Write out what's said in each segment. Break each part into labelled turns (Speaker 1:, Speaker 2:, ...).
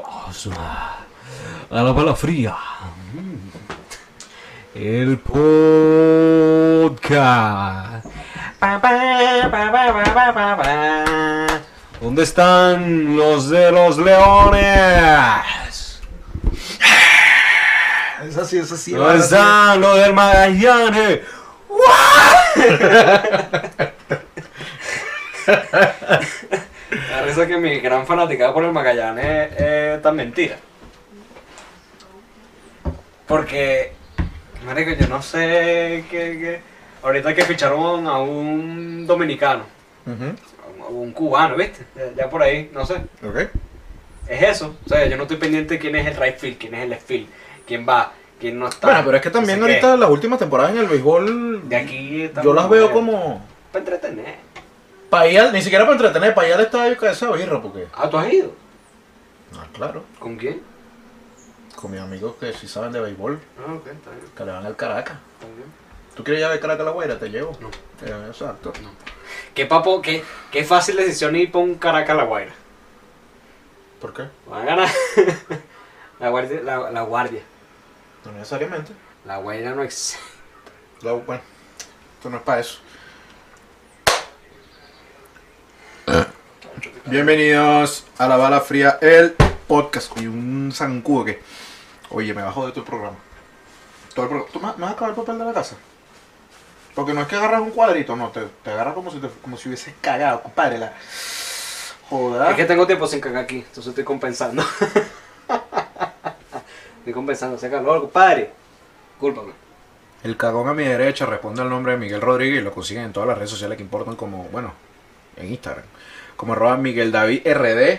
Speaker 1: Dos. A la bala fría. El podcast. Pa, pa, pa, pa, pa, pa, pa, pa. ¿Dónde están los de los leones?
Speaker 2: Es así, es así.
Speaker 1: ¿Dónde están los del Magallanes?
Speaker 3: La risa que mi gran fanaticada por el Magallanes es, es tan mentira. Porque, marico, yo no sé qué... qué- Ahorita que ficharon a un dominicano, a un- a un cubano, ¿viste? Ya, ya por ahí, no sé.
Speaker 2: Ok.
Speaker 3: Es eso. O sea, yo no estoy pendiente de quién es el right field, quién es el left field, quién va, quién no está.
Speaker 2: Bueno, pero es que también
Speaker 3: no sé qué.
Speaker 2: ahorita las últimas temporadas en el béisbol,
Speaker 3: De aquí... estamos-
Speaker 2: yo las veo como...
Speaker 3: Para entretener.
Speaker 2: Para ir al- ni siquiera para entretener, para ir al estadio que esa birra, porque...
Speaker 3: Ah, ¿tú has ido?
Speaker 2: Ah, claro.
Speaker 3: ¿Con quién?
Speaker 2: Con mis amigos que sí saben de béisbol,
Speaker 3: Ah, ok, está bien,
Speaker 2: que le van al Caracas.
Speaker 3: está bien.
Speaker 2: ¿Tú quieres ya ver Caracas la güera? Te llevo.
Speaker 3: No.
Speaker 2: Eh, exacto.
Speaker 3: Qué papo, qué, qué fácil decisión ir por un Caracas a la Guaira.
Speaker 2: ¿Por qué?
Speaker 3: Van a ganar. la, guardia, la, la guardia.
Speaker 2: No necesariamente.
Speaker 3: La Guaira no existe.
Speaker 2: La- bueno, esto no es para eso. Bienvenidos a La Bala Fría, el podcast. Y un zancudo que. Oye, me bajo de tu programa. Todo el pro- ¿Tú me, me vas a acabar el papel de la casa? Porque no es que agarras un cuadrito, no, te, te agarras como si, te, como si hubieses cagado, compadre. La... Joder.
Speaker 3: Es que tengo tiempo sin cagar aquí, entonces estoy compensando. estoy compensando, hace calor, compadre. Cúlpame.
Speaker 2: El cagón a mi derecha responde al nombre de Miguel Rodríguez y lo consiguen en todas las redes sociales que importan como, bueno, en Instagram. Como arroba Miguel David RD.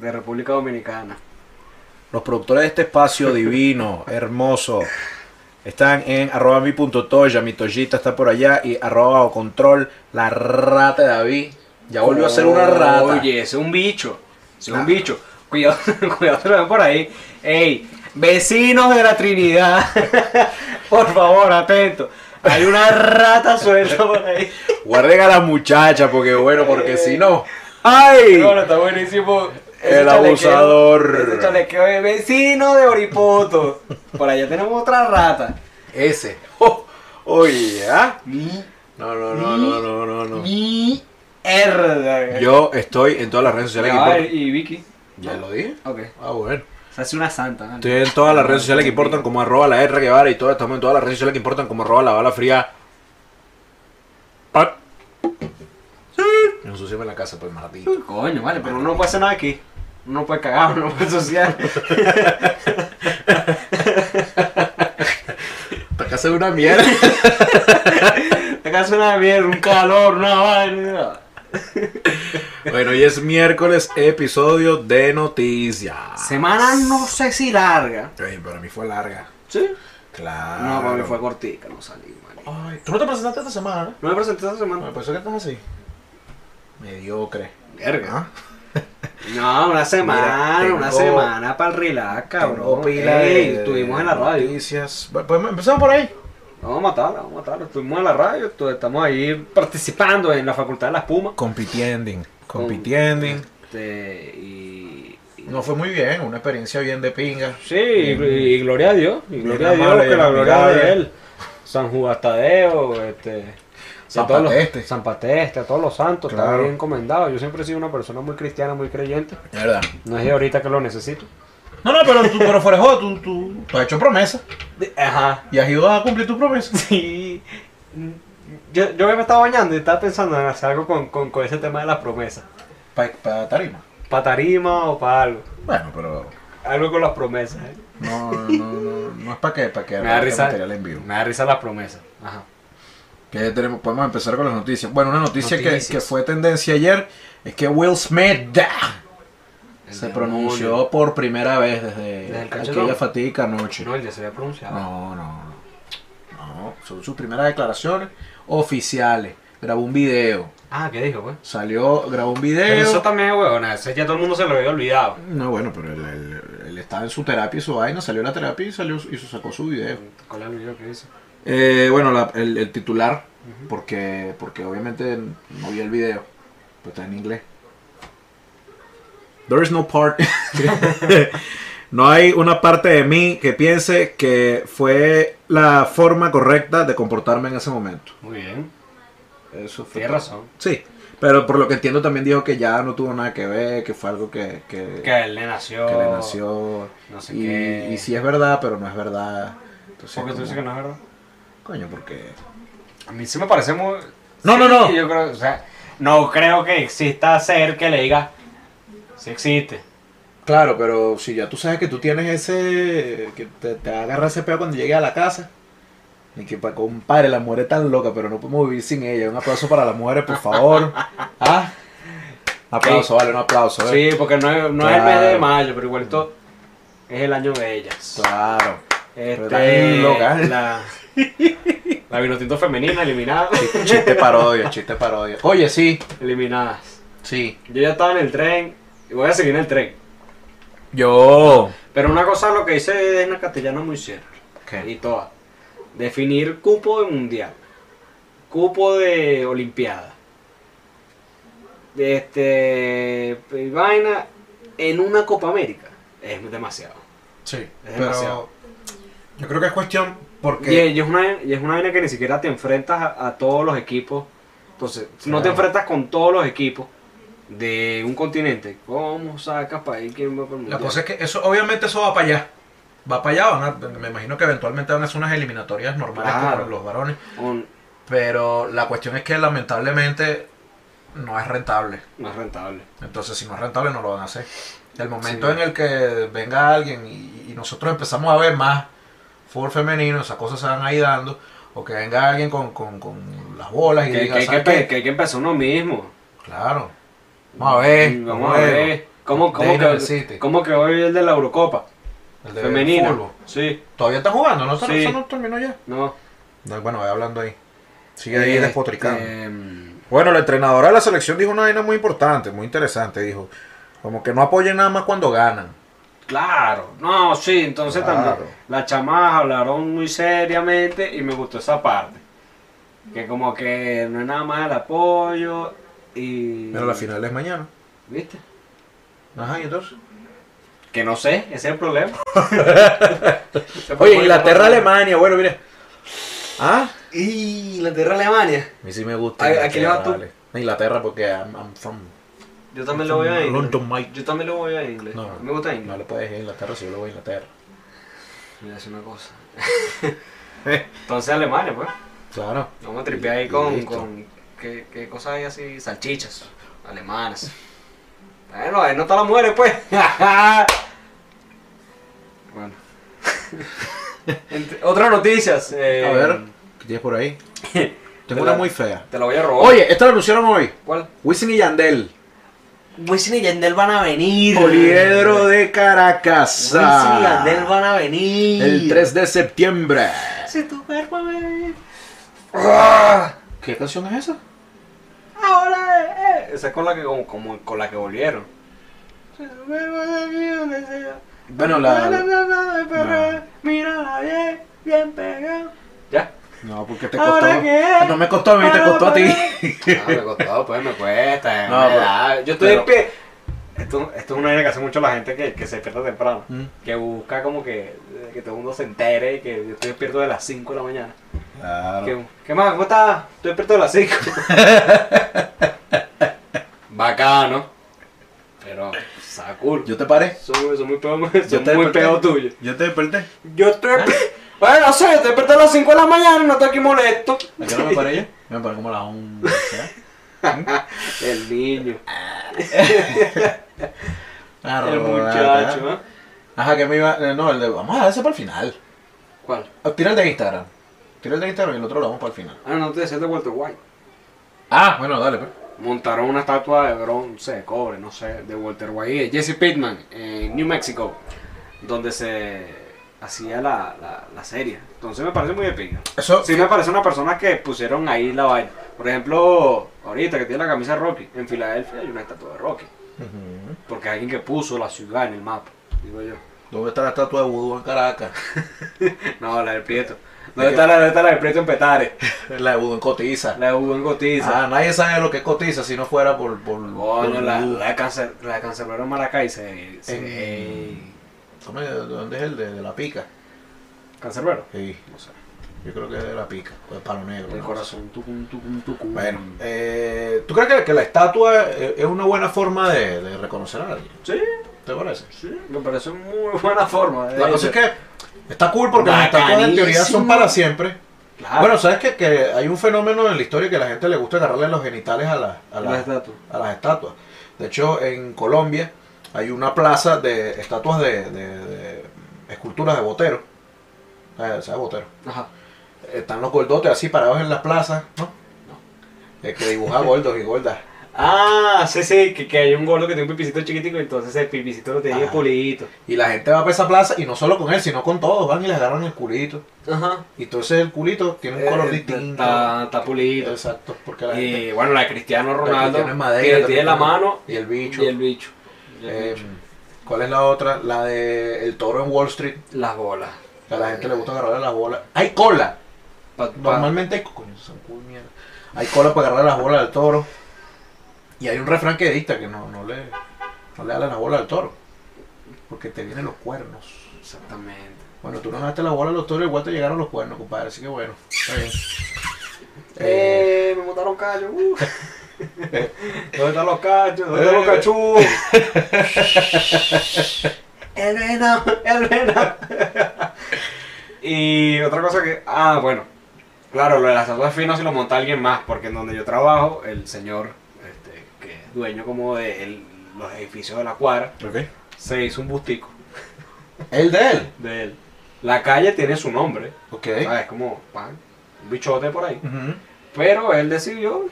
Speaker 3: De República Dominicana.
Speaker 2: Los productores de este espacio divino, hermoso, están en arroba mi punto toya, mi toyita está por allá y arroba o control, la rata de David. Ya volvió a ser una rata.
Speaker 3: Oye, ese es un bicho. Ese es
Speaker 2: Ah.
Speaker 3: un bicho. Cuidado, cuidado, se lo ven por ahí. Ey, vecinos de la Trinidad. por favor, atento. Hay una rata suelta por ahí.
Speaker 2: Guarden a la muchacha porque bueno, porque si no. ¡Ay!
Speaker 3: Bueno, está buenísimo. Ese
Speaker 2: El
Speaker 3: chalequeo-
Speaker 2: abusador.
Speaker 3: Ese chalequeo de vecino de Oripoto. Por allá tenemos otra rata.
Speaker 2: Ese. Oh, oye, ¿ah? No, no, no, no, no, no, no.
Speaker 3: Mierda.
Speaker 2: Yo estoy en todas las redes sociales que
Speaker 3: Ah,
Speaker 2: importan.
Speaker 3: y Vicky.
Speaker 2: Ya lo dije.
Speaker 3: Ok.
Speaker 2: Ah, bueno.
Speaker 3: Se hace una santa. ¿no?
Speaker 2: Estoy en todas las redes sociales que importan como arroba la R Guevara y todo, estamos en todas las redes sociales que importan como arroba la bala fría. Pat. Sí. Me ensucié en la casa, pues, maldito.
Speaker 3: Coño, vale, pero uno no puede hacer nada aquí. Uno no puede cagar, uno no puede social.
Speaker 2: Esta casa es una mierda.
Speaker 3: Acá es una mierda, un calor, una vaina.
Speaker 2: bueno, hoy es miércoles, episodio de noticias.
Speaker 3: Semana no sé si larga.
Speaker 2: Ey, para mí fue larga.
Speaker 3: ¿Sí?
Speaker 2: Claro.
Speaker 3: No, para mí fue cortica, no salí, marico.
Speaker 2: Ay, tú no te presentaste esta semana,
Speaker 3: No me presenté esta
Speaker 2: ¿eh? Me
Speaker 3: semana.
Speaker 2: parece que estás así. Mediocre.
Speaker 3: Verga.
Speaker 2: ¿Ah?
Speaker 3: No, una semana,
Speaker 2: Mira,
Speaker 3: una
Speaker 2: tengo-
Speaker 3: semana para el relax,
Speaker 2: Tengo
Speaker 3: cabrón.
Speaker 2: pila
Speaker 3: Ey,
Speaker 2: de-
Speaker 3: estuvimos
Speaker 2: de
Speaker 3: en la radio.
Speaker 2: Noticias. Bueno, pues, empezamos por ahí.
Speaker 3: Vamos a matarla, vamos a matarla. Estuvimos en la radio, tu- estamos ahí participando en la Facultad de las Pumas.
Speaker 2: Compitiendo. Compitiendo.
Speaker 3: Este, y, y-
Speaker 2: Mm. No fue muy bien, una experiencia bien de pinga.
Speaker 3: Sí, y, y gloria a Dios, y gloria a Dios,
Speaker 2: amable,
Speaker 3: que la gloria
Speaker 2: amigable.
Speaker 3: de él. San Jugastadeo, este.
Speaker 2: San
Speaker 3: a todos los-
Speaker 2: Pateste.
Speaker 3: San Pateste, a todos los santos,
Speaker 2: Claro.
Speaker 3: está bien encomendado. Yo siempre he sido una persona muy cristiana, muy creyente.
Speaker 2: De verdad.
Speaker 3: No es de ahorita que lo necesito.
Speaker 2: No, no, pero tú, pero fuera de juego, tú, tú, tú has hecho promesas
Speaker 3: De- Ajá,
Speaker 2: y has ido a cumplir tu promesa.
Speaker 3: Sí. Yo, yo me estaba bañando y estaba pensando en hacer algo con, con, con ese tema de las promesas.
Speaker 2: Para tarima.
Speaker 3: Para tarima o para algo.
Speaker 2: Bueno, pero
Speaker 3: Algo con las promesas. ¿eh?
Speaker 2: no, no, no, no es para que, para que
Speaker 3: Me da
Speaker 2: haya
Speaker 3: risa.
Speaker 2: material en vivo.
Speaker 3: Me da risa las promesas. Ajá.
Speaker 2: Que tenemos, podemos empezar con las noticias. Bueno, una noticia que,
Speaker 3: Noticias.
Speaker 2: que fue tendencia ayer es que Will Smith ¡da! se pronunció por primera vez
Speaker 3: Desde
Speaker 2: desde
Speaker 3: el cachetón.
Speaker 2: aquella fatídica noche.
Speaker 3: No, él ya se había pronunciado.
Speaker 2: No, no, no. No, son sus primeras declaraciones oficiales. Grabó un video.
Speaker 3: Ah, ¿qué dijo, pues?
Speaker 2: Salió, grabó un
Speaker 3: Pero
Speaker 2: video.
Speaker 3: eso también es huevona. Eso ya todo el mundo se lo había olvidado.
Speaker 2: No, bueno, pero él, él- él estaba en su terapia y su vaina, salió de la terapia y salió y su- sacó su video.
Speaker 3: Eh, ¿Cuál es el video que hizo?
Speaker 2: Eh, bueno, la- el, el titular, porque, porque obviamente no vi el video, pues está en inglés. There is no part. no hay una parte de mí que piense que fue la forma correcta de comportarme en ese momento.
Speaker 3: Muy bien.
Speaker 2: Eso fue
Speaker 3: Tienes
Speaker 2: todo.
Speaker 3: razón.
Speaker 2: Sí, pero por lo que entiendo también dijo que ya no tuvo nada que ver, que fue algo que, que,
Speaker 3: Que a él le nació.
Speaker 2: que le nació.
Speaker 3: No sé
Speaker 2: y,
Speaker 3: qué.
Speaker 2: y sí es verdad, pero no es verdad. Entonces,
Speaker 3: ¿Por qué tú
Speaker 2: como,
Speaker 3: dices que no es verdad?
Speaker 2: Coño, porque...
Speaker 3: A mí sí me parece muy.
Speaker 2: No,
Speaker 3: Sí,
Speaker 2: no, no.
Speaker 3: Yo creo, o sea, no creo que exista ser que le diga. Sí existe.
Speaker 2: Claro, pero si ya tú sabes que tú tienes ese... que te, te agarra ese peo cuando llegues a la casa. Y que, pa- compadre, la mujer es tan loca, pero no podemos vivir sin ella. Un aplauso para las mujeres, por favor. ¿Ah? Aplauso, vale, un aplauso. ¿eh?
Speaker 3: Sí, porque no, es- no es el mes
Speaker 2: Claro.
Speaker 3: de mayo, pero igual todo es el año de ellas.
Speaker 2: Claro.
Speaker 3: Este,
Speaker 2: está bien loca, ¿eh?
Speaker 3: La, la vinotinto femenina eliminada.
Speaker 2: Chiste parodia, chiste parodia. Oye, sí,
Speaker 3: Eliminadas.
Speaker 2: sí.
Speaker 3: Yo ya estaba en el tren y voy a seguir en el tren.
Speaker 2: Yo...
Speaker 3: Pero una cosa lo que dice Edna Castellano muy cierto. Y toda. Definir cupo de mundial. Cupo de olimpiada. Este. y Vaina en una Copa América. Es demasiado.
Speaker 4: Sí,
Speaker 3: demasiado.
Speaker 4: pero yo creo que es cuestión porque...
Speaker 3: Y, y es una, y es una vaina que ni siquiera te enfrentas a, a todos los equipos. Entonces, si no te
Speaker 2: Claro.
Speaker 3: enfrentas con todos los equipos de un continente. ¿Cómo sacas para ahí quién va para el
Speaker 4: La
Speaker 3: mundial?
Speaker 4: cosa es que eso, obviamente eso va para allá. Va para allá, van a- me imagino que eventualmente van a hacer unas eliminatorias normales
Speaker 3: Claro.
Speaker 4: con los varones.
Speaker 3: Con-
Speaker 4: Pero la cuestión es que lamentablemente no es rentable.
Speaker 3: no es rentable.
Speaker 4: Entonces, si no es rentable, no lo van a hacer. El momento
Speaker 3: Sí.
Speaker 4: en el que venga alguien y, y nosotros empezamos a ver más fútbol femenino, esas cosas se van ahí dando, o que venga alguien con, con- con las bolas y
Speaker 3: Que, que
Speaker 4: diga,
Speaker 3: hay que,
Speaker 4: "¿Sabes qué?
Speaker 3: pe- que hay que empezar uno mismo.
Speaker 4: Claro. Vamos a ver.
Speaker 3: Mm, Vamos a ver. ¿Cómo, cómo
Speaker 4: Day Night
Speaker 3: que,
Speaker 4: City.
Speaker 3: ¿Cómo que hoy el de la Eurocopa?
Speaker 4: El de
Speaker 3: Femenina.
Speaker 4: fútbol.
Speaker 3: Sí,
Speaker 4: Todavía está jugando, ¿no? Eso-
Speaker 3: Sí.
Speaker 4: Eso no terminó ya.
Speaker 3: no.
Speaker 4: No, bueno, voy hablando ahí. Sigue ahí
Speaker 2: Este,
Speaker 4: despotricando.
Speaker 3: Em,
Speaker 2: Bueno, la entrenadora de la selección dijo una vaina muy importante, muy interesante. Dijo, como que no apoyen nada más cuando ganan.
Speaker 3: claro. No, sí, entonces
Speaker 2: Claro.
Speaker 3: también. Las chamas hablaron muy seriamente y me gustó esa parte. Que como que no es nada más el apoyo y...
Speaker 2: Pero la final es mañana.
Speaker 3: ¿Viste?
Speaker 2: Ajá, ¿y entonces?
Speaker 3: Que no sé, ese es el problema. Ese
Speaker 2: Oye,
Speaker 3: problema.
Speaker 2: Inglaterra-Alemania, bueno, mire. ¿Ah?
Speaker 3: Y Inglaterra-Alemania.
Speaker 2: A mí sí me gusta.
Speaker 3: ¿A- a qué le vas tú?
Speaker 2: Inglaterra, vale. Inglaterra porque I'm, I'm from...
Speaker 3: Yo también lo voy a Inglaterra.
Speaker 2: London, Mike.
Speaker 3: Yo también lo voy a Inglaterra.
Speaker 2: No.
Speaker 3: Me gusta
Speaker 2: No
Speaker 3: Inglaterra.
Speaker 2: le puedes ir a Inglaterra si yo lo voy a Inglaterra.
Speaker 3: Voy a hacer una cosa. Entonces Alemania, pues.
Speaker 2: Claro.
Speaker 3: Vamos a tripear
Speaker 2: Eh. Y-
Speaker 3: ahí
Speaker 2: y
Speaker 3: con,
Speaker 2: listo.
Speaker 3: con ¿qué, qué cosas hay así, salchichas alemanas. Bueno, ahí no están las mujeres, pues. bueno. Ent- otras noticias. eh,
Speaker 2: A ver, ¿qué tienes por ahí? Tengo una
Speaker 3: la-
Speaker 2: muy fea.
Speaker 3: Te la voy a robar.
Speaker 2: Oye, esto lo anunciaron hoy.
Speaker 3: ¿Cuál?
Speaker 2: Wisin y Yandel.
Speaker 3: Wisin y Yandel van a venir.
Speaker 2: Poliedro de Caracas.
Speaker 3: Wisin y Yandel van a venir.
Speaker 2: El 3 de septiembre.
Speaker 3: Si tu cuerpo me... ¡Ah!
Speaker 2: ¿Qué canción es esa?
Speaker 3: Ahora, eh, eh. Esa es con la que, como, como- con la que volvieron. Si tu cuerpo es mío, donde sea.
Speaker 2: Bueno, la.
Speaker 3: Mira Mírala bien, bien pegado. ¿Ya?
Speaker 2: No, porque te costó. Ah,
Speaker 3: ¿Ahora qué?
Speaker 2: No me costó a mí, te costó a ti.
Speaker 3: No, me costó, pues me cuesta.
Speaker 2: No,
Speaker 3: me da- yo estoy
Speaker 2: pero-
Speaker 3: en pie. Esto, esto es una idea que hace mucho la gente que, que se despierta temprano.
Speaker 2: Mm.
Speaker 3: Que busca como que, que todo el mundo se entere y que yo estoy despierto de las 5 de la mañana.
Speaker 2: Claro.
Speaker 3: ¿Qué, qué más? ¿Cómo estás? Estoy despierto de las 5. Bacano. Pero, sacul.
Speaker 2: Yo te paré.
Speaker 3: Son, son muy peor,
Speaker 2: Yo
Speaker 3: son
Speaker 2: te
Speaker 3: muy
Speaker 2: desperté.
Speaker 3: peor tuyo. ¿Ah?
Speaker 2: Yo te desperté.
Speaker 3: Yo estoy. Bueno, sí, te desperté a las 5 de la mañana y no estoy aquí molesto.
Speaker 2: ¿A qué hora me paré yo? Me paré como a las 11.
Speaker 3: El niño,
Speaker 2: Claro,
Speaker 3: el
Speaker 2: ¿verdad?
Speaker 3: muchacho, ¿eh?
Speaker 2: Ajá, que me iba. eh, No, el de. Vamos a dejar ese para el final.
Speaker 3: ¿Cuál?
Speaker 2: Ah, Tira el de Instagram. Tira el de Instagram y el otro lo vamos para el final.
Speaker 3: Ah, no te decía de Walter White.
Speaker 2: Ah, bueno, dale, pues.
Speaker 3: Montaron una estatua de bronce, de cobre, no sé, de Walter White y de Jesse Pittman en New Mexico, donde se hacía la, la, la serie. Entonces me parece muy de pinga.
Speaker 2: Eso.
Speaker 3: Sí me parece una persona que pusieron ahí la vaina. Por ejemplo, ahorita que tiene la camisa de Rocky, en Filadelfia hay una estatua de Rocky.
Speaker 2: Ujú.
Speaker 3: Porque hay alguien que puso la ciudad en el mapa, digo yo.
Speaker 2: ¿Dónde está la estatua de vudú en Caracas?
Speaker 3: No, la del Prieto. ¿Dónde está la, dónde está la del Prieto en Petare?
Speaker 2: La de vudú en Cotiza.
Speaker 3: La de Hugo en Cotiza.
Speaker 2: Ah, nadie sabe lo que es Cotiza si no fuera por... por,
Speaker 3: Coño,
Speaker 2: por
Speaker 3: la,
Speaker 2: vudú.
Speaker 3: la, cance- la cancelaron Maracay. Se, se,
Speaker 2: ¿Cómo es? ¿De ¿Dónde es el de, de la pica?
Speaker 3: ¿Cancerbero?
Speaker 2: Sí,
Speaker 3: No sé.
Speaker 2: yo creo que es de la pica, o de palo negro.
Speaker 3: El
Speaker 2: ¿no?
Speaker 3: corazón, tucum, tucum, tucum.
Speaker 2: Bueno, eh, ¿tú crees que, que la estatua eh, es una buena forma de, de reconocer a alguien?
Speaker 3: Sí,
Speaker 2: ¿Te parece?
Speaker 3: sí, me parece muy buena forma. de-
Speaker 2: La cosa es que está cool porque las estatuas en
Speaker 3: Bacanísimo.
Speaker 2: teoría son para siempre.
Speaker 3: Claro.
Speaker 2: Bueno, ¿sabes qué? Que hay un fenómeno en la historia que a la gente le gusta agarrarle los genitales a, la- a, la-
Speaker 3: las estatuas.
Speaker 2: a las estatuas. De hecho, en Colombia hay una plaza de estatuas de, de- de esculturas de botero. Eh, ¿Sabes botero?
Speaker 3: Ajá.
Speaker 2: Están los gordotes así parados en la plaza, ¿no? El que dibuja gordos y gordas.
Speaker 3: Ah, sí, sí, que, que hay un gordo que tiene un pipicito chiquitico, entonces el pipicito lo tenía
Speaker 2: Ajá.
Speaker 3: pulidito.
Speaker 2: Y la gente va para esa plaza, y no solo con él, sino con todos, van y les agarran el culito.
Speaker 3: Ajá.
Speaker 2: Y entonces el culito tiene un color distinto.
Speaker 3: Eh, Está, está pulido.
Speaker 2: Exacto, porque la gente...
Speaker 3: Y bueno, la de Cristiano
Speaker 2: la
Speaker 3: Ronaldo.
Speaker 2: Cristiano es madera
Speaker 3: que le
Speaker 2: también
Speaker 3: tiene la
Speaker 2: con-
Speaker 3: mano
Speaker 2: Y el bicho.
Speaker 3: y el bicho. Y el
Speaker 2: Eh,
Speaker 3: bicho.
Speaker 2: ¿Cuál es la otra? La de El Toro en Wall Street.
Speaker 3: Las bolas.
Speaker 2: que A la gente le gusta agarrarle las bolas. ¡Hay cola!
Speaker 3: Pa- pa-
Speaker 2: Normalmente hay... Coño, son cool, mierda. Hay cola para agarrar las bolas del toro. Y hay un refrán que dicta que no, no le... No le hagas las bolas al toro. Porque te vienen los cuernos.
Speaker 3: Exactamente.
Speaker 2: Bueno, tú no dejaste la bola a los toros, igual te llegaron los cuernos, compadre, así que bueno, está bien. Eh,
Speaker 3: Eh, me montaron callo. uh. ¿Dónde están los cachos? ¿Dónde
Speaker 2: Eh.
Speaker 3: están los cachos? el venado, el venado. y otra cosa que. Ah, bueno. Claro, lo de las estatuas finas se lo monta alguien más, porque en donde yo trabajo, el señor, este, que es dueño como de el- los edificios de la cuadra,
Speaker 4: Ok.
Speaker 3: se hizo un bustico
Speaker 2: Eh, el de él.
Speaker 3: de él. La calle tiene su nombre,
Speaker 2: Ok.
Speaker 3: ¿sabes? Como pan, un bichote por ahí.
Speaker 2: Ujú.
Speaker 3: Pero él decidió,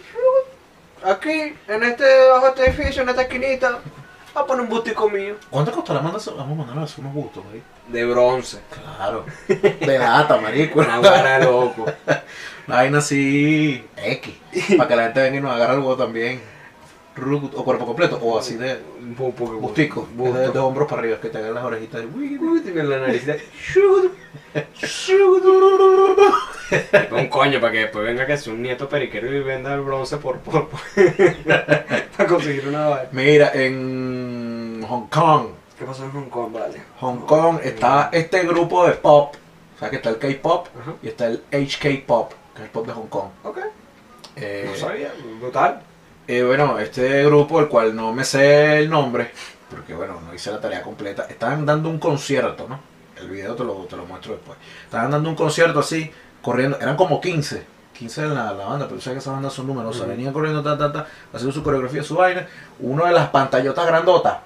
Speaker 3: aquí, en este, bajo este edificio, en esta esquinita, va a poner un bustico mío.
Speaker 2: ¿Cuánto costará mandar eso? Vamos a mandarle a hacer unos gustos, ahí.
Speaker 3: De bronce.
Speaker 2: Claro. De lata, marico.
Speaker 3: Una vara loco.
Speaker 2: Una vaina así X. Para que la gente venga y nos agarre algo también. Rugut, o cuerpo completo, o así Pues de
Speaker 3: Un po- poco-
Speaker 2: bustico.
Speaker 3: busto.
Speaker 2: De, de hombros para arriba, que te hagan las orejitas. y-
Speaker 3: Uy, tiene la nariz de- Un coño, para que después venga que sea un nieto periquero y venda el bronce por por. por- para conseguir una vara.
Speaker 2: Mira, en Hong Kong.
Speaker 3: ¿Qué pasó en Hong Kong, vale?
Speaker 2: Hong Kong está este grupo de pop, o sea que está el K-pop
Speaker 3: Ajá.
Speaker 2: y está el HK pop, que es el pop de Hong Kong.
Speaker 3: Ok,
Speaker 2: Eh,
Speaker 3: no sabía. Total.
Speaker 2: eh, bueno, este grupo, el cual no me sé el nombre, porque bueno, no hice la tarea completa, estaban dando un concierto, ¿no? El video te lo, te lo muestro después. Estaban dando un concierto así, corriendo, eran como 15, 15 en la, la banda, pero tú sabes que esas bandas son numerosas,
Speaker 3: Ujú.
Speaker 2: venían corriendo, ta, ta, ta, haciendo su coreografía, su vaina, uno de las pantallotas grandotas,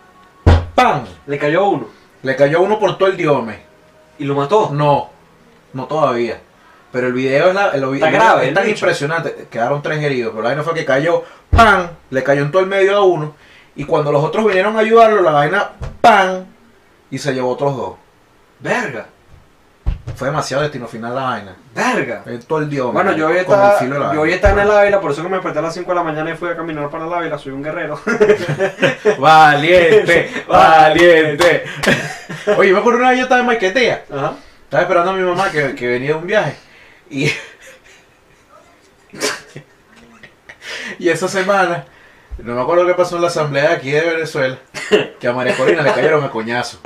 Speaker 2: ¡pam!
Speaker 3: Le cayó uno
Speaker 2: Le cayó uno por todo el diome.
Speaker 3: y lo mató.
Speaker 2: No, no todavía. Pero el video es, la, el,
Speaker 3: Está
Speaker 2: el-
Speaker 3: grave,
Speaker 2: es
Speaker 3: el
Speaker 2: tan
Speaker 3: bicho.
Speaker 2: impresionante. Quedaron tres heridos, pero la vaina fue que cayó, ¡pam! Le cayó en todo el medio a uno. Y cuando los otros vinieron a ayudarlo, la vaina, ¡pam! Y se llevó otros dos.
Speaker 3: Verga,
Speaker 2: Fue demasiado destino final la vaina.
Speaker 3: verga.
Speaker 2: En todo el dios.
Speaker 3: Bueno, yo hoy
Speaker 2: con
Speaker 3: estaba,
Speaker 2: el filo de la
Speaker 3: yo hoy
Speaker 2: vaina.
Speaker 3: estaba en el Ávila, por eso que me desperté a las 5 de la mañana y fui a caminar para el Ávila, soy un guerrero.
Speaker 2: Valiente, valiente. Oye, me acuerdo una vez yo estaba en Maiquetea.
Speaker 3: Ajá.
Speaker 2: Estaba esperando a mi mamá que, que venía de un viaje. Y. y esa semana, no me acuerdo qué pasó en la asamblea aquí de Venezuela, que a María Corina le cayeron a coñazo.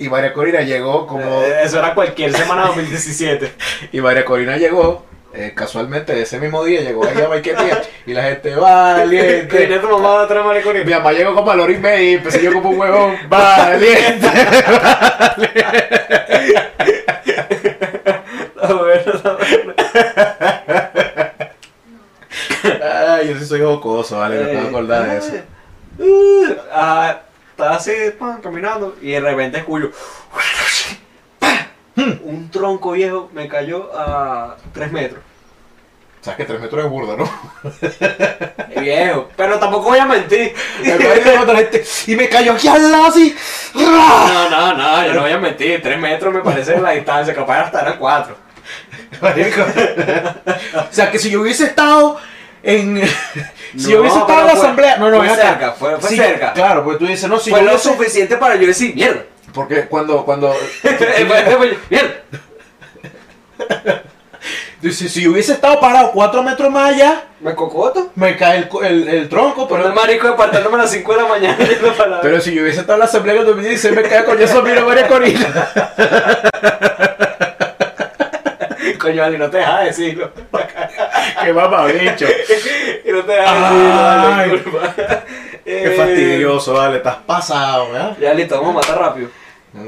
Speaker 2: Y María Corina llegó como.
Speaker 3: Eh, Eso era cualquier semana 2017.
Speaker 2: Y María Corina llegó. eh, casualmente ese mismo día llegó ahí a Maiquetía y la gente valiente.
Speaker 3: Tenía tu mamá de otra
Speaker 2: Mi
Speaker 3: maricorina.
Speaker 2: mamá llegó como a la hora y media y empecé yo como un huevón valiente.
Speaker 3: A ver, a ver.
Speaker 2: Ay, yo sí soy jocoso, vale, me acabo de acordar de eso.
Speaker 3: Eh, ah, estaba así, pan, caminando, y de repente escucho. Un tronco viejo me cayó a 3 metros.
Speaker 2: Sabes que tres metros es burda, ¿no?
Speaker 3: Eh, Viejo, pero tampoco voy a mentir.
Speaker 2: Me acuerdo de otra gente, y me cayó aquí al lado así. ¡ra!
Speaker 3: No, no, no, yo no voy a mentir. 3 metros me parece la distancia, capaz hasta eran 4.
Speaker 2: Marico. o sea que si yo hubiese estado en. si yo
Speaker 3: No,
Speaker 2: hubiese estado
Speaker 3: pero
Speaker 2: en la
Speaker 3: fue-
Speaker 2: asamblea. No, no,
Speaker 3: fue
Speaker 2: ven acá.
Speaker 3: cerca, fue- fue
Speaker 2: Sí,
Speaker 3: cerca.
Speaker 2: Claro, porque tú dices, no, si
Speaker 3: Fue
Speaker 2: yo
Speaker 3: lo
Speaker 2: hubiese.
Speaker 3: suficiente para yo decir, mierda.
Speaker 2: Porque cuando, cuando,
Speaker 3: Bien.
Speaker 2: si, si hubiese estado parado cuatro metros más allá,
Speaker 3: Me cocoto.
Speaker 2: me cae el, co- el- el tronco,
Speaker 3: Por
Speaker 2: pero...
Speaker 3: el marico despertándome a las 5 de la mañana yendo para la-
Speaker 2: Pero si yo hubiese estado en la asamblea del 2016, me cae con eso, mira, varias corinas.
Speaker 3: Coño, Ali, no te dejas decirlo.
Speaker 2: Qué mamá, bicho.
Speaker 3: Y no te dejas
Speaker 2: Ay.
Speaker 3: decirlo, disculpa. Eh.
Speaker 2: Qué fastidioso, vale, estás pasado, ¿verdad?
Speaker 3: Ya listo, vamos a matar rápido.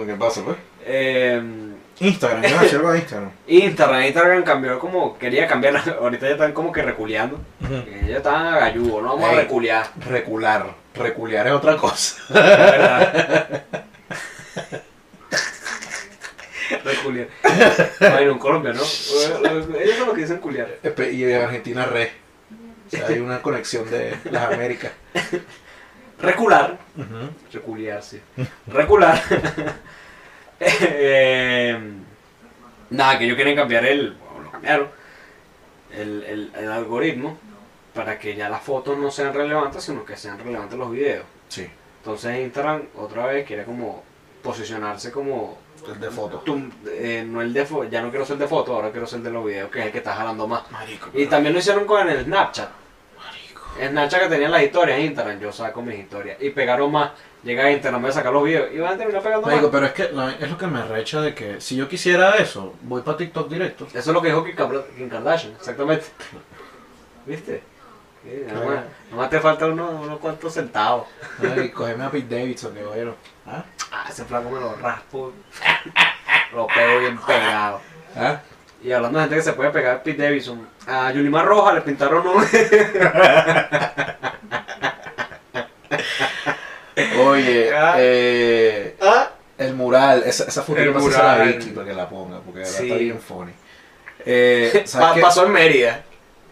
Speaker 2: ¿Qué pasa, pues?
Speaker 3: Eh,
Speaker 4: Instagram, yo voy a decir algo de Instagram.
Speaker 3: Instagram, Instagram cambió como quería cambiar. Ahorita ya están como que reculeando. Eh, Ya están a gallugo, no vamos
Speaker 2: Ey.
Speaker 3: a reculear.
Speaker 2: Recular. Recular es otra cosa.
Speaker 3: la verdad. Reculear. Bueno, en Colombia, ¿no? Eh, Ellos son los que dicen culiar.
Speaker 2: Espe- Y en Argentina, re. O sea, hay una conexión de las Américas.
Speaker 3: Recular. Reculiar, sí. Recular. Eh, nada, que ellos quieren cambiar el. bueno, lo cambiaron. El, el- el algoritmo para que ya las fotos no sean relevantes, sino que sean relevantes los videos.
Speaker 2: Sí.
Speaker 3: Entonces Instagram otra vez quiere como posicionarse como.
Speaker 4: El de foto.
Speaker 3: tum- eh, no el de fo- ya no quiero ser de fotos, ahora quiero ser de los videos, que es el que está jalando más.
Speaker 2: Marico.
Speaker 3: Y también lo hicieron con el Snapchat.
Speaker 2: Marico.
Speaker 3: En Snapchat que tenían las historias, en Instagram yo saco mis historias. Y pegaron más. Llega a Instagram, voy a sacar los videos. Y van a terminar pegando más.
Speaker 2: Marico, pero es que la- es lo que me recha de que si yo quisiera eso, voy para TikTok directo.
Speaker 3: Eso es lo que dijo Kim Kabla- Kim Kardashian, exactamente. ¿Viste? Sí, nada, más, nada más te falta uno- unos cuantos centavos.
Speaker 2: Ay, cógeme a Pete Davidson, que bueno. ¿Ah?
Speaker 3: Ah, ese flaco me lo raspo. lo pego bien pegado.
Speaker 2: ¿Ah?
Speaker 3: Y hablando de gente que se puede pegar, Pete Davidson. A Yulimar Roja le pintaron un...
Speaker 2: Oye,
Speaker 3: Ah.
Speaker 2: eh,
Speaker 3: Ah,
Speaker 2: el mural, esa, esa foto
Speaker 3: El
Speaker 2: yo no sé si la
Speaker 3: mural.
Speaker 2: Vicky para que la ponga, porque ahora
Speaker 3: Sí.
Speaker 2: está bien funny. Eh, ¿sabes
Speaker 3: pa-
Speaker 2: qué?
Speaker 3: pasó en Mérida.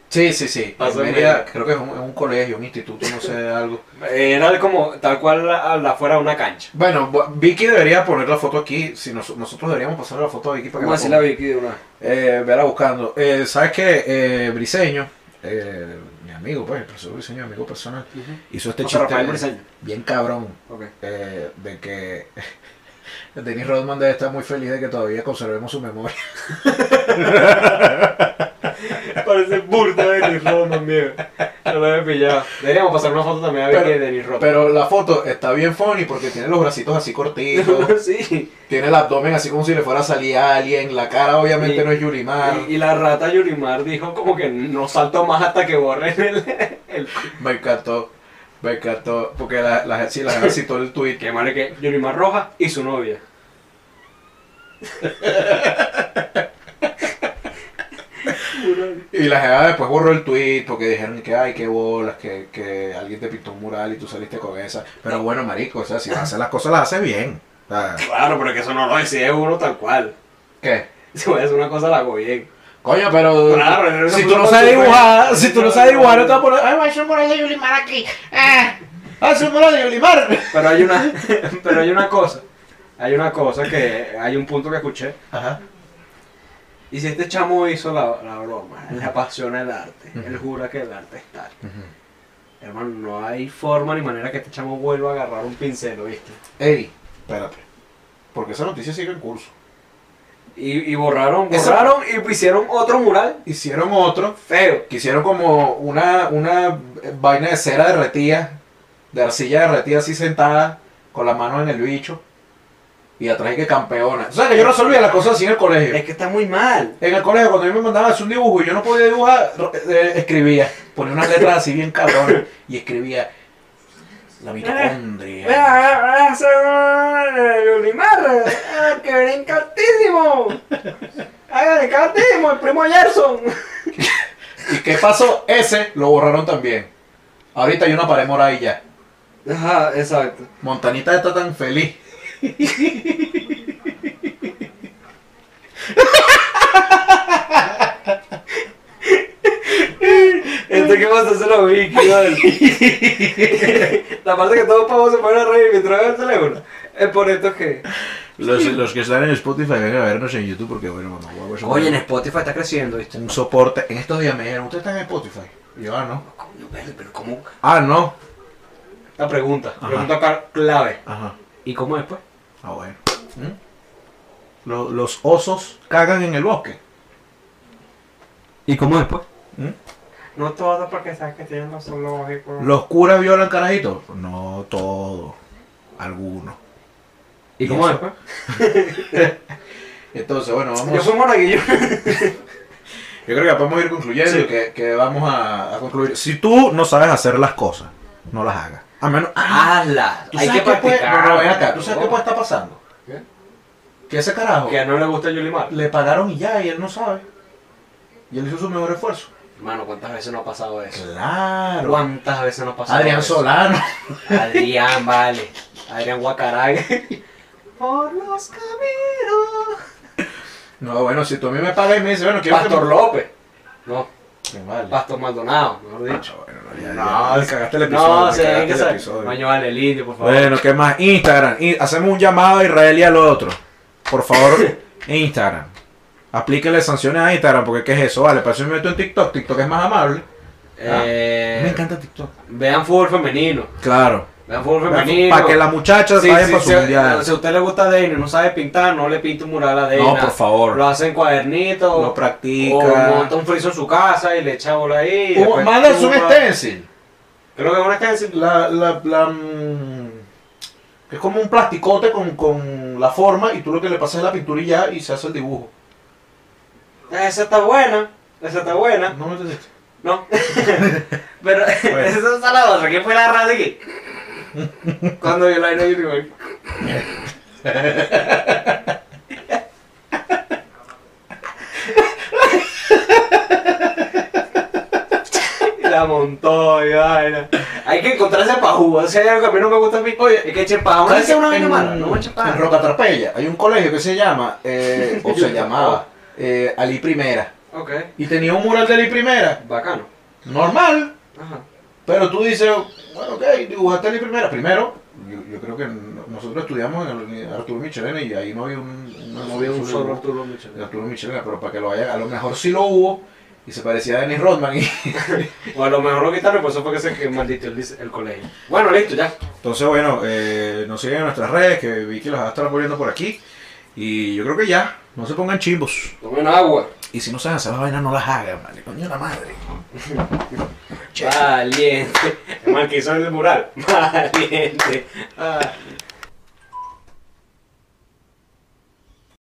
Speaker 2: Sí, sí, sí.
Speaker 3: pasó
Speaker 2: En
Speaker 3: en
Speaker 2: Mérida,
Speaker 3: Mérida.
Speaker 2: creo que es un, es un colegio, un instituto, no sé, algo.
Speaker 3: Era como tal cual a la afuera de una cancha.
Speaker 2: Bueno, bu- Vicky debería poner la foto aquí. Si nos- nosotros deberíamos pasar la foto a Vicky para que
Speaker 3: ¿Cómo
Speaker 2: la
Speaker 3: así la
Speaker 2: ponga.
Speaker 3: vi aquí de una?
Speaker 2: Eh, vela buscando. Eh, ¿Sabes qué? Eh, Briseño, eh, mi amigo, pues, el profesor Briseño, amigo personal, hizo este
Speaker 3: José
Speaker 2: chiste
Speaker 3: Rafael
Speaker 2: bien-
Speaker 3: Briseño.
Speaker 2: bien cabrón.
Speaker 3: Ok.
Speaker 2: eh, de que Denis Rodman debe estar muy feliz de que todavía conservemos su memoria.
Speaker 3: Parece burda de Denis Rodman, mío. No lo había pillado. Deberíamos pasar una foto también a ver
Speaker 2: Pero-
Speaker 3: qué es Denis Rodman.
Speaker 2: Pero la foto está bien funny porque tiene los bracitos así cortitos,
Speaker 3: sí.
Speaker 2: tiene el abdomen así como si le fuera a salir a alguien, la cara obviamente
Speaker 3: Y-
Speaker 2: no es Yulimar.
Speaker 3: Y, y la rata Yurimar dijo como que no salto más hasta que borren el... el...
Speaker 2: Me encantó, me encantó, porque la, la, sí, la citó el tweet.
Speaker 3: Qué mal es que Yurimar Roja y su novia.
Speaker 2: Y la jeva después borró el tweet porque dijeron que ay, qué bolas, que, que alguien te pintó un mural y tú saliste con esa. Pero bueno, marico, o sea, si vas a hacer las cosas, las haces bien. O sea,
Speaker 3: Claro, pero que eso no lo decide uno tal cual.
Speaker 2: ¿Qué?
Speaker 3: Si voy a hacer una cosa la hago bien.
Speaker 2: Coño, pero
Speaker 3: Claro, era una
Speaker 2: si tú
Speaker 3: foto
Speaker 2: no sabes
Speaker 3: con tu
Speaker 2: dibujar,
Speaker 3: fe.
Speaker 2: si tú no sabes dibujar, no te vas a poner, ay, voy a hacer un mural de Yulimar aquí. Ah, voy a hacer un mural de Yulimar.
Speaker 3: Pero hay una, pero hay una cosa. Hay una cosa que hay un punto que escuché.
Speaker 2: Ajá.
Speaker 3: Y si este chamo hizo la, la broma, él le apasiona el arte, él jura que el arte es tal. Hermano, no hay forma ni manera que este chamo vuelva a agarrar un pincel, ¿viste?
Speaker 2: Ey, espérate. Porque esa noticia sigue en curso.
Speaker 3: Y, y borraron,
Speaker 2: Eso-
Speaker 3: borraron y hicieron otro mural
Speaker 2: Hicieron otro,
Speaker 3: feo.
Speaker 2: que hicieron como una, una eh, vaina de cera derretida, de arcilla derretida así sentada, con la mano en el bicho. Y atrás hay que campeona. O sea que yo resolvía las cosas así en el colegio.
Speaker 3: Es que está muy mal.
Speaker 2: En el colegio, cuando a mí me mandaban a hacer un dibujo y yo no podía dibujar, ro- eh, escribía. Ponía unas letras así bien cabrón y escribía la mitocondria.
Speaker 3: eh, Yulimar, eh, que brinca altísimo. Ah, Hágale cartísimo, el primo Gerson.
Speaker 2: ¿Y qué pasó? Ese lo borraron también. Ahorita hay una pared morada y ya.
Speaker 3: Ajá, exacto.
Speaker 2: Montanita está tan feliz.
Speaker 3: Este que pasa se lo vi, que iba del- La parte que todos pavos se ponen a reír mientras ven el teléfono. Es por esto que.
Speaker 2: Los, que están en Spotify vengan a vernos en YouTube porque, bueno, mamá, huevo, eso
Speaker 3: Oye, en
Speaker 2: no-
Speaker 3: Spotify está creciendo, ¿viste?
Speaker 2: un soporte. En estos días me dijeron, ¿ustedes están en Spotify? Y yo, ah, no.
Speaker 3: Coño, pero- pero ¿cómo?
Speaker 2: Ah, no.
Speaker 3: La pregunta, pregunta ca- clave.
Speaker 2: Ajá.
Speaker 3: ¿Y cómo después?
Speaker 2: Ah, bueno. ¿Mm? Lo- los osos cagan en el bosque.
Speaker 1: ¿Y cómo después?
Speaker 2: ¿Mm?
Speaker 3: No todos porque sabes que tienen los zoológicos.
Speaker 2: ¿Los curas violan carajitos? No todos, algunos.
Speaker 1: ¿Y
Speaker 2: ¿Y
Speaker 1: cómo
Speaker 2: eso?
Speaker 1: después?
Speaker 2: Entonces, bueno, vamos.
Speaker 3: Yo soy monaguillo.
Speaker 2: Yo creo que podemos ir concluyendo
Speaker 3: Sí.
Speaker 2: y que, que vamos a, a concluir. Si tú no sabes hacer las cosas, no las hagas. A menos. ¡Hazlas!
Speaker 3: Hay que practicar.
Speaker 2: No, no, ven acá. ¿Tú sabes qué puede estar pasando?
Speaker 3: ¿Qué?
Speaker 2: Que ese carajo
Speaker 3: Que no le gusta Yuli Mar.
Speaker 2: le pagaron y ya, y él no sabe. Y él hizo su mejor esfuerzo.
Speaker 3: Hermano, ¿cuántas veces no ha pasado eso?
Speaker 2: Claro.
Speaker 3: ¿Cuántas veces no ha pasado
Speaker 2: Adrián
Speaker 3: eso?
Speaker 2: Solano.
Speaker 3: Adrián, vale. Adrián Guacaray. Por los caminos.
Speaker 2: No, bueno, si tú a mí me pagas y me dices, bueno, quiero
Speaker 3: Pastor
Speaker 2: que...
Speaker 3: López. No,
Speaker 2: Me vale.
Speaker 3: Pastor Maldonado, mejor dicho.
Speaker 2: Ah, bueno, no, ya,
Speaker 3: No,
Speaker 2: ya, le cagaste el episodio.
Speaker 3: No,
Speaker 2: le
Speaker 3: se
Speaker 2: cagaste
Speaker 3: que
Speaker 2: el
Speaker 3: saber.
Speaker 2: episodio.
Speaker 3: Maño vale el indio, por favor.
Speaker 2: Bueno, ¿qué más? Instagram. I- Hacemos un llamado a Israel y a los otros. Por favor, Instagram. Aplíquele sanciones a Instagram, porque ¿qué es eso? Vale, para eso me meto en TikTok. TikTok es más amable. ah,
Speaker 3: Eh,
Speaker 2: TikTok.
Speaker 3: Vean fútbol femenino.
Speaker 2: Claro.
Speaker 3: Vean fútbol femenino.
Speaker 2: Para que la muchacha
Speaker 3: Sí,
Speaker 2: vaya
Speaker 3: sí,
Speaker 2: para su
Speaker 3: si,
Speaker 2: mundial.
Speaker 3: si a usted le gusta Dane y no sabe pintar, no le pinta un mural a Dane.
Speaker 2: no, por favor.
Speaker 3: Lo hace en cuadernito.
Speaker 2: Lo
Speaker 3: O
Speaker 2: practica.
Speaker 3: monta un friso en su casa y le echa bola ahí. y
Speaker 2: Uh,
Speaker 3: después
Speaker 2: Mándales un
Speaker 3: tuba.
Speaker 2: stencil.
Speaker 3: Creo que es una stencil.
Speaker 2: La, la, la, mm, es como un plasticote con, con la forma y tú lo que le pasas es la pintura y ya y se hace el dibujo.
Speaker 3: Esa está buena. Esa está buena.
Speaker 2: No me entendiste.
Speaker 3: No. Pero
Speaker 2: Pues.
Speaker 3: esa está la otra. ¿Quién fue la rata aquí? Cuando yo la aire Universe. La montó y vaina. Hay que encontrarse pa' jugar. Si hay algo que a mí no me gusta a mí, es que eche pa' una
Speaker 2: ¿Sabes
Speaker 3: vez una vaina
Speaker 2: en-
Speaker 3: mala. No eche pa'
Speaker 2: En Rocatrapella hay un colegio que se llama, eh, o se llamaba, eh, Ali Primera.
Speaker 3: Ok,
Speaker 2: Y tenía un mural de Ali Primera,
Speaker 3: bacano.
Speaker 2: normal,
Speaker 3: Ajá.
Speaker 2: pero tú dices, bueno, ok, dibujaste Ali Primera. Primero, yo, yo creo que no- nosotros estudiamos en el- Arturo Michelena y ahí no había un, no, no había un
Speaker 3: solo
Speaker 2: solo
Speaker 3: Arturo
Speaker 2: de
Speaker 3: Michelin.
Speaker 2: Arturo Michelena, pero para que lo haya, a lo mejor sí lo hubo y se parecía a Dennis Rodman. y-
Speaker 3: O a lo mejor lo quitaron, por eso fue que se que maldito el, dis- el colegio. Bueno, listo, ya.
Speaker 2: Entonces, bueno, eh, nos siguen en nuestras redes, que vi que las van a estar poniendo por aquí. Y yo creo que ya, no se pongan chimbos.
Speaker 3: Tomen agua.
Speaker 2: Y si no saben hacer las vainas, no las hagan, vale. Coño, la madre.
Speaker 3: Valiente. El mal que hizo el mural. Valiente. Ah.